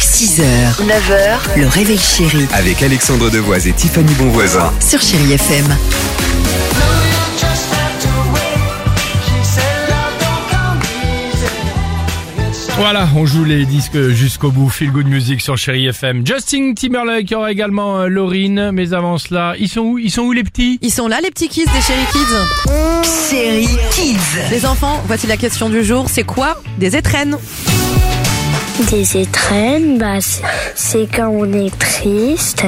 6h, 9h, le réveil chéri Avec Alexandre Devoise et Tiffany Bonvoisin. sur Chéri FM. Voilà, on joue les disques jusqu'au bout. Feel Good Music sur Chéri FM. Justin Timberlake, il y aura également euh, Lauryn. Mais avant cela, ils sont où Ils sont où les petits Ils sont là les petits kids des chéri kids. Chéri Kids. Les enfants, voici la question du jour, c'est quoi des étrennes Des étrennes, bah, c'est- c'est quand on est triste,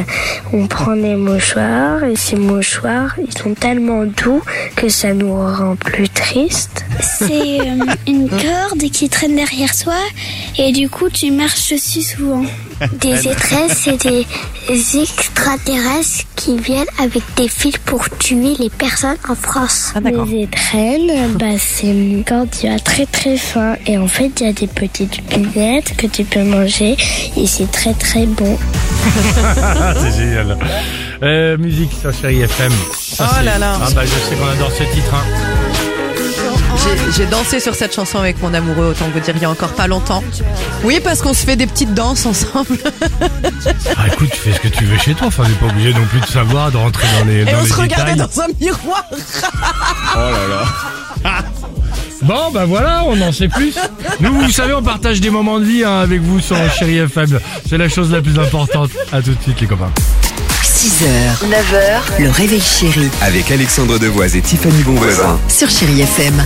on prend des mouchoirs et ces mouchoirs, ils sont tellement doux que ça nous rend plus triste. C'est euh, une corde qui traîne derrière soi et du coup tu marches dessus souvent. Des étrennes, c'est des extraterrestres qui viennent avec des fils pour tuer les personnes en France. Ah, d'accord. Les étrennes, bah, c'est quand tu as très très faim et en fait il y a des petites lunettes que tu peux manger et c'est très très bon. Ah, c'est génial. Euh, musique sur Chéri FM. Ça, Oh c'est- là là. Ah bah, je sais qu'on adore ce titre. hein. J'ai- J'ai dansé sur cette chanson avec mon amoureux, autant vous dire il y a encore pas longtemps. Oui parce qu'on se fait des petites danses ensemble Ah, écoute, tu fais ce que tu veux chez toi. Enfin, t'es pas obligé non plus de savoir, de rentrer dans les, et dans on les se regardait détails. dans un miroir. Bon, bah voilà, on en sait plus. Nous, vous savez, on partage des moments de vie hein, avec vous sur Chéri FM. C'est la chose la plus importante. À tout de suite, les copains. 6h, 9h, le réveil chéri Avec Alexandre Devoise et Tiffany Bonvoisin. sur Chéri FM.